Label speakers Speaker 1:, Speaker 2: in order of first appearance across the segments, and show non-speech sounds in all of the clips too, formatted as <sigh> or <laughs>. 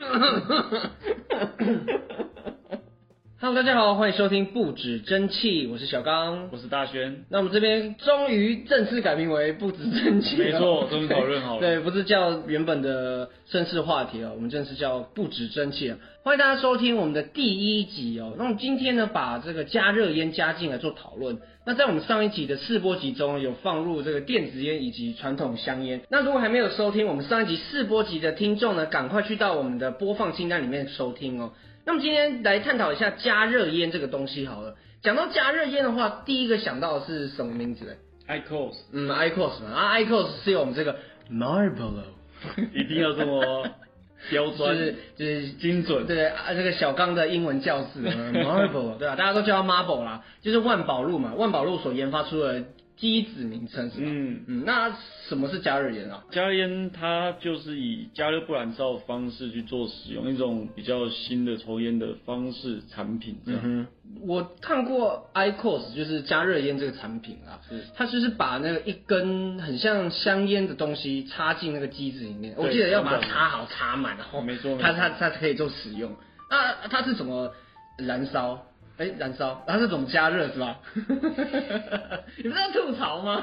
Speaker 1: <laughs> Hello，大家好，欢迎收听不止蒸汽，我是小刚
Speaker 2: 我。是大轩，
Speaker 1: 那我们这边终于正式改名为不止蒸汽了，
Speaker 2: 没错终于讨论好了
Speaker 1: 对，对不是叫原本的正式话题哦了，我们正式叫不止蒸汽了。欢迎大家收听我们的第一集哦。那我们今天呢，把这个加热烟加进来做讨论。那在我们上一集的试播集中，有放入这个电子烟以及传统香烟。那如果还没有收听我们上一集试播集的听众呢，赶快去到我们的播放清单里面收听哦。那么今天来探讨一下加热烟这个东西好了。讲到加热烟的话，第一个想到的是什么名字嘞？
Speaker 2: iCos
Speaker 1: 嗯，ICOS 嘛，啊，ICOS 是由我们这个 Marlboro，
Speaker 2: 一定要这么刁
Speaker 1: 就 <laughs>
Speaker 2: 钻、
Speaker 1: 是就是
Speaker 2: 精准。
Speaker 1: 对啊，这个小刚的英文 <laughs> 教室嗯 Marble，对吧、啊大家都叫它 Marble 啦，就是万宝路嘛，万宝路所研发出的机子名称是吧？
Speaker 2: 嗯，
Speaker 1: 嗯，那什么是加热烟啊？
Speaker 2: 加热烟它就是以加热不燃烧的方式去做使用，一种比较新的抽烟的方式产品这样。
Speaker 1: 嗯哼，我看过 ICOS，就是加热烟这个产品啊，
Speaker 2: 是
Speaker 1: 它就是把那个一根很像香烟的东西插进那个机子里面，
Speaker 2: 对
Speaker 1: 我记得要把它
Speaker 2: 插满
Speaker 1: 插好插满，然后
Speaker 2: 没错
Speaker 1: 它
Speaker 2: 没错
Speaker 1: 它它可以做使用。那它是怎么燃烧？哎、燃烧，它是怎么加热是
Speaker 2: <laughs>
Speaker 1: 吧？你不是在吐槽吗？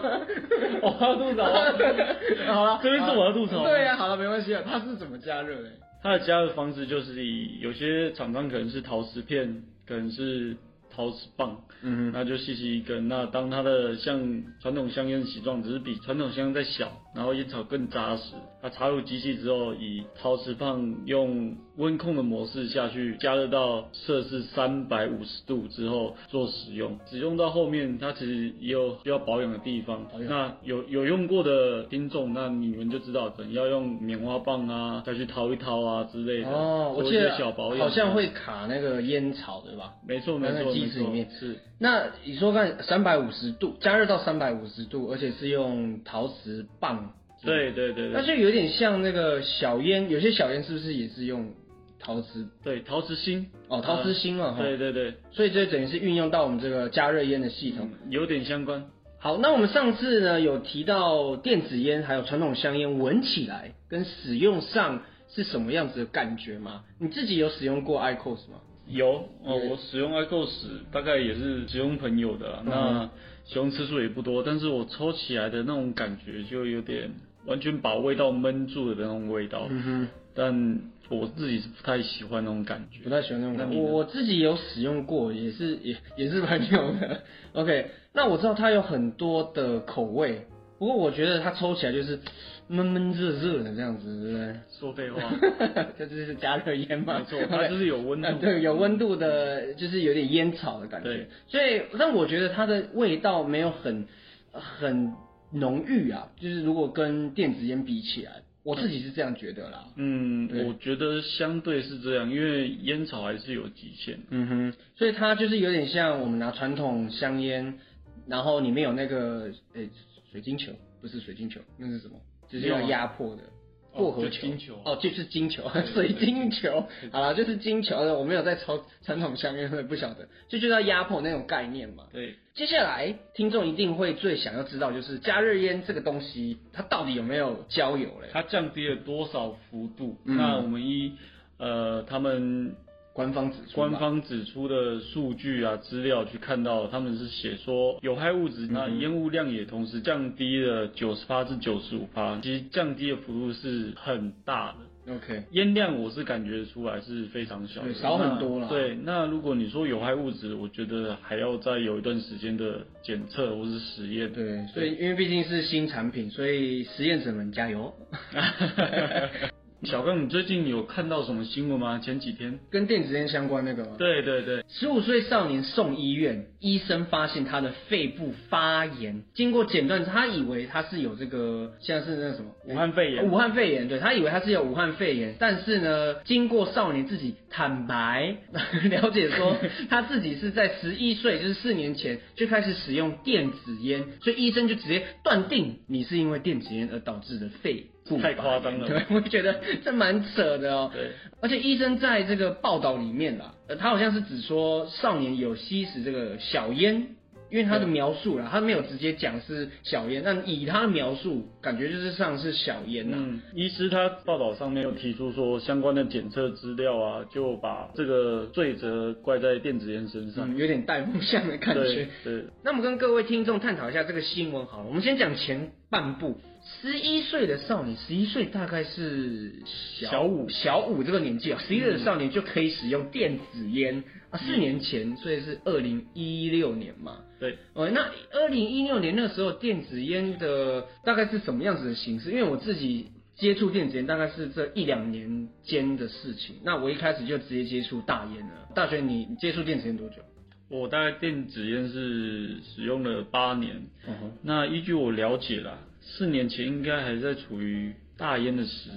Speaker 2: 我要吐槽啊
Speaker 1: <laughs> 好了，
Speaker 2: 这边是我要吐槽
Speaker 1: 对呀、好了，没关系了。啊它是怎么加热的？
Speaker 2: 它的加热方式就是以有些厂商可能是陶瓷片，可能是陶瓷棒，
Speaker 1: 嗯
Speaker 2: 那就细细一根。那当它的像传统香烟的形状，只是比传统香烟再小，然后烟草更扎实。它插入机器之后，以陶瓷棒用温控的模式下去加热到摄氏三百五十度之后做使用。使用到后面，它其实也有需要保养的地方
Speaker 1: 保养。
Speaker 2: 那有有用过的听众，那你们就知道，可能要用棉花棒啊，再去掏一掏啊之类的。
Speaker 1: 哦，我
Speaker 2: 做一
Speaker 1: 记
Speaker 2: 些
Speaker 1: 得
Speaker 2: 小保养啊
Speaker 1: 好像会卡那个烟草，对吧？
Speaker 2: 没错没
Speaker 1: 那个
Speaker 2: 错
Speaker 1: 机
Speaker 2: 没
Speaker 1: 子里
Speaker 2: 错
Speaker 1: 面，
Speaker 2: 是
Speaker 1: 那你说看，三百五十度加热到三百五十度，而且是用陶瓷棒，
Speaker 2: 对对对
Speaker 1: 那
Speaker 2: 对
Speaker 1: 就有点像那个小烟，有些小烟是不是也是用陶瓷？
Speaker 2: 对，陶瓷芯
Speaker 1: 哦，陶瓷芯了哈，
Speaker 2: 对呃对对，
Speaker 1: 所以这等于是运用到我们这个加热烟的系统。
Speaker 2: 有点相关。
Speaker 1: 好，那我们上次呢有提到电子烟还有传统香烟闻起来跟使用上是什么样子的感觉吗？你自己有使用过 ICOS 吗？
Speaker 2: 有哦，
Speaker 1: 对
Speaker 2: 我使用 iCos 大概也是使用朋友的啦，那使用次数也不多，但是我抽起来的那种感觉就有点完全把味道闷住的那种味道，
Speaker 1: 嗯哼。
Speaker 2: 但我自己是不太喜欢那种感觉
Speaker 1: 不。太喜欢那种感
Speaker 2: 那
Speaker 1: 觉。
Speaker 2: 你呢
Speaker 1: 我我自己有使用过，也是也也是蛮有的。OK，那我知道它有很多的口味，不过我觉得它抽起来就是闷闷热热的这样子，对不对？
Speaker 2: 说废话，
Speaker 1: <laughs> 这就是加热烟嘛，
Speaker 2: <laughs> 没错，它就是有温度 <laughs>
Speaker 1: 呃， <laughs> 对，有温度的，就是有点烟草的感觉
Speaker 2: 对。
Speaker 1: 所以，但我觉得它的味道没有很很浓郁啊，就是如果跟电子烟比起来，我自己是这样觉得啦。
Speaker 2: 嗯
Speaker 1: 对，
Speaker 2: 我觉得相对是这样，因为烟草还是有极限。
Speaker 1: 嗯哼，所以它就是有点像我们拿传统香烟，然后里面有那个呃、水晶球，不是水晶球，那是什么？就是要压迫的
Speaker 2: 没有
Speaker 1: 薄
Speaker 2: 啊
Speaker 1: 荷
Speaker 2: 哦就金球啊
Speaker 1: 哦，就是金球，
Speaker 2: 对对
Speaker 1: <laughs> 水晶球。好了，就是金球的，我没有在抽传统香烟，所以不晓得，就就是要压迫那种概念嘛。
Speaker 2: 对，
Speaker 1: 接下来，听众一定会最想要知道，就是加热烟这个东西，它到底有没有焦油嘞？
Speaker 2: 它降低了多少幅度？
Speaker 1: 嗯
Speaker 2: 那我们依呃他们
Speaker 1: 官方指出吧，
Speaker 2: 官方指出的数据啊资料去看到，他们是写说有害物质，
Speaker 1: 嗯
Speaker 2: 那烟雾量也同时降低了九十八至九十五趴，其实降低的幅度是很大的。
Speaker 1: OK，
Speaker 2: 烟量我是感觉出来是非常小的
Speaker 1: 对，少很多啦
Speaker 2: 那对，那如果你说有害物质，我觉得还要再有一段时间的检测或是实验。
Speaker 1: 对，所以因为毕竟是新产品，所以实验者们加 <laughs> 油。
Speaker 2: <laughs> 小刚，你最近有看到什么新闻吗？前几天？
Speaker 1: 跟电子烟相关那个吗？
Speaker 2: 对对对，
Speaker 1: 十五岁少年送医院，医生发现他的肺部发炎，经过诊断，他以为他是有这个像是那个什么呃
Speaker 2: 武汉肺炎
Speaker 1: 武汉肺炎，对他以为他是有武汉肺炎，但是呢，经过少年自己坦白 <laughs> 了解
Speaker 2: <laughs>
Speaker 1: 说，他自己是在十一岁，就是四年前就开始使用电子烟，所以医生就直接断定你是因为电子烟而导致的肺部
Speaker 2: 太
Speaker 1: 发
Speaker 2: 夸
Speaker 1: 炎
Speaker 2: 张了
Speaker 1: 对，我觉得这蛮扯的哦。
Speaker 2: 对，
Speaker 1: 而且医生在这啊个报道里面啦，呃，他好像是指说少年有吸食这个小烟因为他的描述啦，他没有直接讲是小烟，但以他的描述，感觉就是上是小烟呐、
Speaker 2: 嗯，医师他报道上面有提出说，相关的检测资料啊，就把这个罪责怪在电子烟身上。
Speaker 1: 嗯，有点带风向的感
Speaker 2: 对
Speaker 1: 觉。
Speaker 2: 对，
Speaker 1: 那我们跟各位听众探讨一下这个新闻好了，我们先讲前半部。十一岁的少年，十一岁大概是
Speaker 2: 小五
Speaker 1: 小五这个年纪啊，十一岁的少年就可以使用电子烟
Speaker 2: 嗯
Speaker 1: 啊，四年前，所以是二零一六年嘛。
Speaker 2: 对，
Speaker 1: 呃，那二零一六年那个时候电子烟的大概是什么样子的形式？因为我自己接触电子烟大概是这一两年间的事情。那我一开始就直接接触大烟了。大学你接触电子烟多久？
Speaker 2: 我大概电子烟是使用了八年，那依据我了解啦，四年前应该还在处于大烟的时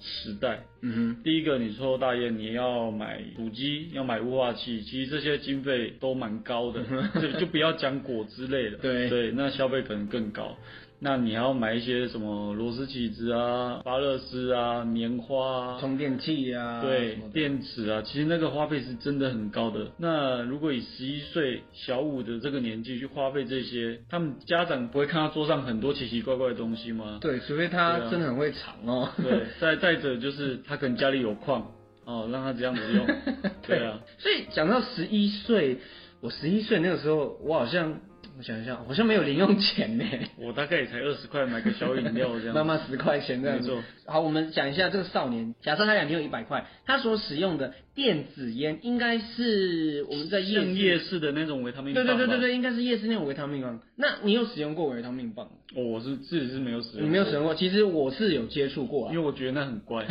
Speaker 2: 时代。
Speaker 1: 嗯
Speaker 2: 第一个，你抽大烟，你要买主机，要买雾化器，其实这些经费都蛮高的， <laughs> 就就不要讲果之类的，
Speaker 1: 对
Speaker 2: 对，那消费可能更高。那你还要买一些什么螺丝起子啊、发热丝啊、棉花啊
Speaker 1: 哼，，充电器啊，
Speaker 2: 对
Speaker 1: 什么，的
Speaker 2: 电池啊，其实那个花费是真的很高的。那如果以十一岁小五的这个年纪去花费这些，他们家长不会看他桌上很多奇奇怪怪的东西吗？
Speaker 1: 对，除非他
Speaker 2: 对啊
Speaker 1: 真的很会藏哦。。
Speaker 2: 对， <laughs> 再再者就是他可能家里有矿，哦，让他这样子用
Speaker 1: <laughs>
Speaker 2: 对啊，
Speaker 1: 所以讲到十一岁，我十一岁那个时候，我好像我想一下，好像没有零用钱呢。
Speaker 2: 我大概也才二十块买个小饮哦料
Speaker 1: <laughs>
Speaker 2: 这样。
Speaker 1: 妈妈十块钱这样
Speaker 2: 没
Speaker 1: 子
Speaker 2: 错。
Speaker 1: 好，我们讲一下这个少年，假设他两天有一百块，他所使用的电子烟应该是我们在夜
Speaker 2: 像
Speaker 1: 市
Speaker 2: 夜市的那种维他命
Speaker 1: 对
Speaker 2: 棒吧。
Speaker 1: 对对对对，应该是夜市那种维他命棒。那你有使用过维他命棒吗？
Speaker 2: 哦，我是自己是没有使用，
Speaker 1: 你没有使，用过，其实我是有接触过啊
Speaker 2: 因。为我觉得那很
Speaker 1: <laughs>
Speaker 2: 怪。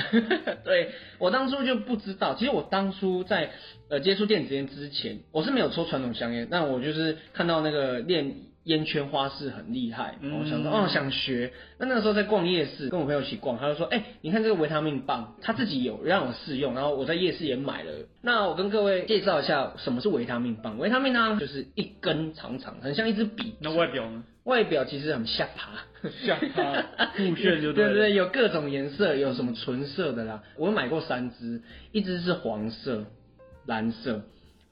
Speaker 1: 对我当初就不知道，其实我当初在呃接触电子烟之前，我是没有抽传统香烟，但我就是看到那个练烟圈花式很厉害，
Speaker 2: 嗯
Speaker 1: 我想说哦想学。那那个时候在逛夜市，跟我朋友一起逛，他就说哎、你看这个维他命棒，他自己有让我试用，然后我在夜市也买了。那我跟各位介绍一下什么是维他命棒，维他命呢就是一根长长，很像一支笔，
Speaker 2: 那外表呢？
Speaker 1: 外表其实很下爬，
Speaker 2: 下巴酷炫
Speaker 1: 对
Speaker 2: 就对
Speaker 1: 对
Speaker 2: 了
Speaker 1: 对，有各种颜色，有什么纯色的啦，我买过三只，一只是黄色、蓝色，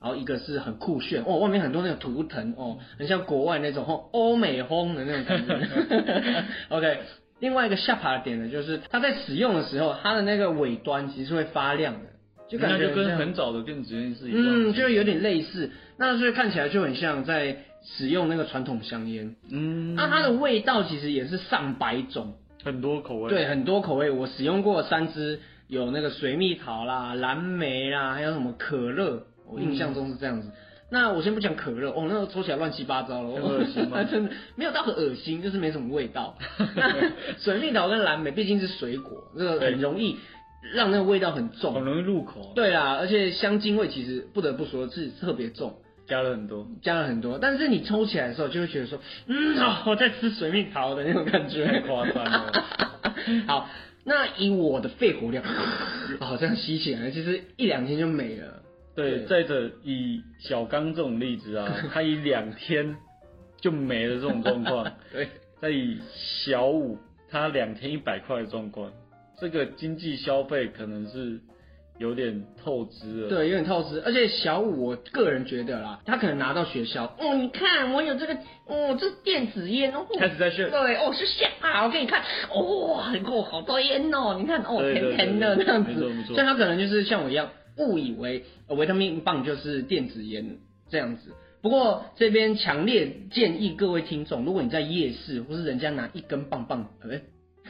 Speaker 1: 然后一个是很酷炫哦，外面很多那种图腾哦，很像国外那种哦欧美风的那种感觉。OK，另外一个下爬的点呢，就是它在使用的时候，它的那个尾端其实会发亮的，就感觉
Speaker 2: 那就跟
Speaker 1: 像
Speaker 2: 很早的电子烟是一样的。
Speaker 1: 嗯，就有点类似，那所以看起来就很像在使用那个传统香烟。
Speaker 2: 嗯，
Speaker 1: 那它的味道其实也是上百种，
Speaker 2: 很多口味。
Speaker 1: 对，很多口味。我使用过三支，有那个水蜜桃啦、蓝莓啦，还有什么可乐，我印象中是这样
Speaker 2: 嗯
Speaker 1: 子。那我先不讲可乐，哦，那个抽起来乱七八糟了，
Speaker 2: 很恶心吗
Speaker 1: <laughs> 真的没有到很恶心，就是没什么味
Speaker 2: <laughs>
Speaker 1: 道。那水蜜桃跟蓝莓毕竟是水果，这个很容易让那个味道很
Speaker 2: 很
Speaker 1: 重。
Speaker 2: 容易入口，啊
Speaker 1: 对啦，而且香精味其实不得不说是特别重。
Speaker 2: 加了很多。
Speaker 1: 加了很多，但是你抽起来的时候就会觉得说，嗯，好、我在吃水蜜桃的那种感觉，
Speaker 2: 太夸张
Speaker 1: 哦
Speaker 2: 了。
Speaker 1: <laughs> 好，那以我的肺 <laughs> 活量，好、这样吸起来，其实一两天就没了。
Speaker 2: 对，再者以小刚这种例 <laughs> 子啊，他以两天就没了这种状 <laughs> 况，
Speaker 1: 对，
Speaker 2: 再以小五他两天一百块的状况，这个经济消费可能是有点透支了。，
Speaker 1: 对，有点透支，而且小五，我个人觉得啦，他可能拿到学校，哦，你看我有这个，哦，这是电子烟哦，
Speaker 2: 开始在炫
Speaker 1: 对，哦是下啊，我给你看，哦，你看我好多烟哦，你看哦
Speaker 2: 对
Speaker 1: 甜
Speaker 2: 对
Speaker 1: 甜的这
Speaker 2: 对对
Speaker 1: 样子，
Speaker 2: 没错没错
Speaker 1: 所以他可能就是像我一样误以为呃维他命棒就是电子烟这样子。不过这边强烈建议各位听众，如果你在夜市或是人家拿一根棒棒，哎、 <laughs>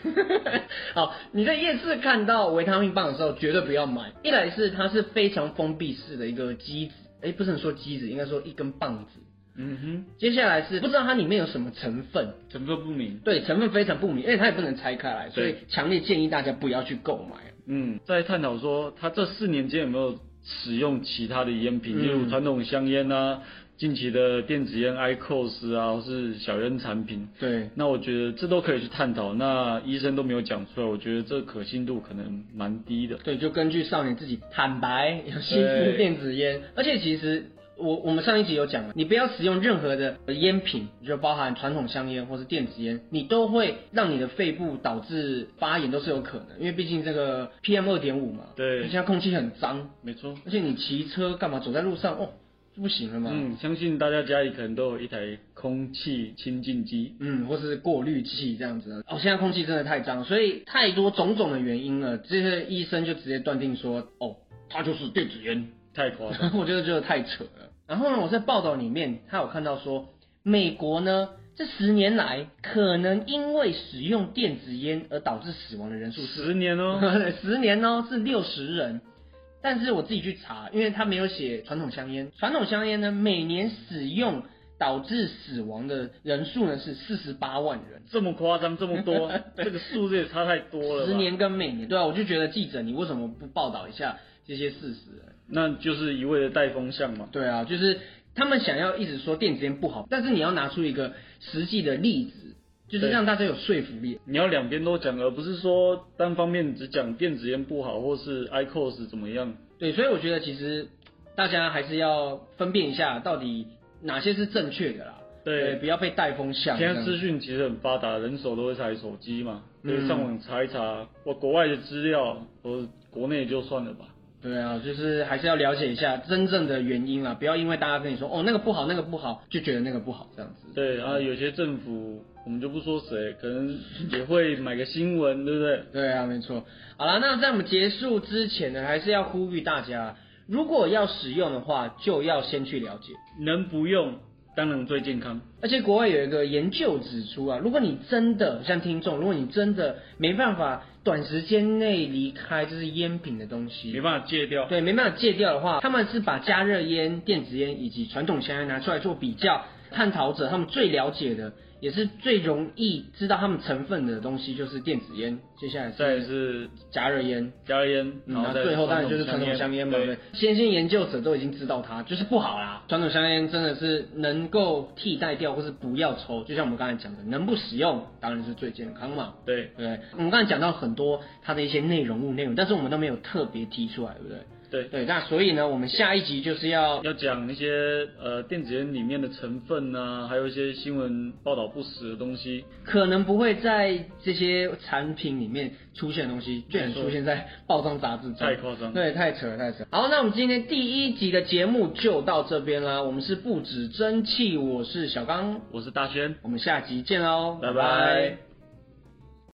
Speaker 1: 好，你在夜市看到维他命棒的时候，绝对不要买。一来是它是非常封闭式的一个机子，哎、不能说机子，应该说一根棒子。
Speaker 2: 嗯
Speaker 1: 接下来是不知道它里面有什么成分，
Speaker 2: 哼，成分不明。
Speaker 1: 对，成分非常不明，而且它也不能拆开来，所以
Speaker 2: 对
Speaker 1: 强烈建议大家不要去购买。
Speaker 2: 嗯，在探讨说他这四年间有没有使用其他的烟品，
Speaker 1: 嗯
Speaker 2: 例如传统香烟啊、近期的电子烟 IQOS 啊，或是小烟产品。
Speaker 1: 对，
Speaker 2: 那我觉得这都可以去探讨。那医生都没有讲出来，我觉得这可信度可能蛮低的。
Speaker 1: 对，就根据少年自己坦白，有吸食
Speaker 2: 对
Speaker 1: 电子烟，而且其实。我我们上一集有讲了，你不要使用任何的烟品，就包含传统香烟或是电子烟，你都会让你的肺部导致发炎，都是有可能，因为毕竟这个 PM 二点五嘛，
Speaker 2: 对
Speaker 1: 现在空气很脏，
Speaker 2: 没错，
Speaker 1: 而且你骑车干嘛，走在路上哦，不行了嘛。
Speaker 2: 嗯，相信大家家里可能都有一台空气清净机。
Speaker 1: 嗯，或是过滤器这样子。哦，现在空气真的太脏，所以太多种种的原因了，这些医生就直接断定说，哦，它就是电子烟。，
Speaker 2: 太夸张
Speaker 1: <laughs> 我觉得这个太扯了。然后呢，我在报道里面，他有看到说，美国呢这十年来可能因为使用电子烟而导致死亡的人数是
Speaker 2: <laughs> 十年哦、
Speaker 1: <laughs> 十年哦，是六十人。但是我自己去查，因为他没有写传统香烟。传统香烟呢，每年使用导致死亡的人数呢是四十八万人。
Speaker 2: 这么夸张，这么 <laughs> 多，这个数字也差太多了。
Speaker 1: 十，年跟每年，对啊，我就觉得记者你为什么不报道一下这些事实呢？
Speaker 2: 那就是一味的带风向嘛。
Speaker 1: 对啊，就是他们想要一直说电子烟不好，但是你要拿出一个实际的例子，就是
Speaker 2: 对
Speaker 1: 让大家有说服力。
Speaker 2: 你要两边都讲，而不是说单方面只讲电子烟不好，或是 ICOS 怎么样。
Speaker 1: 对，所以我觉得其实大家还是要分辨一下，到底哪些是正确的啦。
Speaker 2: 对，
Speaker 1: 不要被带风向。
Speaker 2: 现在
Speaker 1: 这样
Speaker 2: 资讯其实很发达，人手都会查手机嘛，
Speaker 1: 嗯
Speaker 2: 所以上网查一查，我国外的资料，我国内就算了吧。
Speaker 1: 对啊，就是还是要了解一下真正的原因啦，啊不要因为大家跟你说哦那个不好那个不好，就觉得那个不好这样子。
Speaker 2: 对啊，
Speaker 1: 嗯
Speaker 2: 有些政府我们就不说谁，可能也会买个新闻，对不对？
Speaker 1: 对啊，没错。好了，那在我们结束之前呢，还是要呼吁大家，如果要使用的话，就要先去了解。
Speaker 2: 能不用，当然最健康。
Speaker 1: 而且国外有一个研究指出啊，如果你真的像听众，如果你真的没办法短时间内离开就是烟品的东西，
Speaker 2: 没办法戒掉。
Speaker 1: 对，没办法戒掉的话，他们是把加热烟、电子烟以及传统香烟拿出来做比较，探讨者他们最了解的，也是最容易知道他们成分的东西就是电子烟，接下来
Speaker 2: 再来
Speaker 1: 是
Speaker 2: 是
Speaker 1: 加热烟。
Speaker 2: 加热烟，
Speaker 1: 嗯
Speaker 2: 然后
Speaker 1: 那
Speaker 2: 再
Speaker 1: 最后当然就是传
Speaker 2: 传
Speaker 1: 统香烟嘛，对
Speaker 2: 对，，
Speaker 1: 先进研究者都已经知道它就是不好啦。传统香烟真的是能够替代掉或是不要抽，就像我们刚才讲的，能不使用当然是最健康嘛。
Speaker 2: 对
Speaker 1: 对，我们刚才讲到很多它的一些内容物内容，但是我们都没有特别提出来，对不对？
Speaker 2: 对，
Speaker 1: 对，那所以呢，我们下一集就是要
Speaker 2: 要讲一些呃电子烟里面的成分啊，还有一些新闻报道不实的东西。
Speaker 1: 可能不会在这些产品里面出现的东西，居然
Speaker 2: 没错
Speaker 1: 出现在报章杂志中，
Speaker 2: 太夸张
Speaker 1: 对，太扯了太扯了。好，那我们今天第一集的节目就到这边啦。我们是不止蒸汽，我是小刚，
Speaker 2: 我是大轩，
Speaker 1: 我们下集见喽，
Speaker 2: 拜拜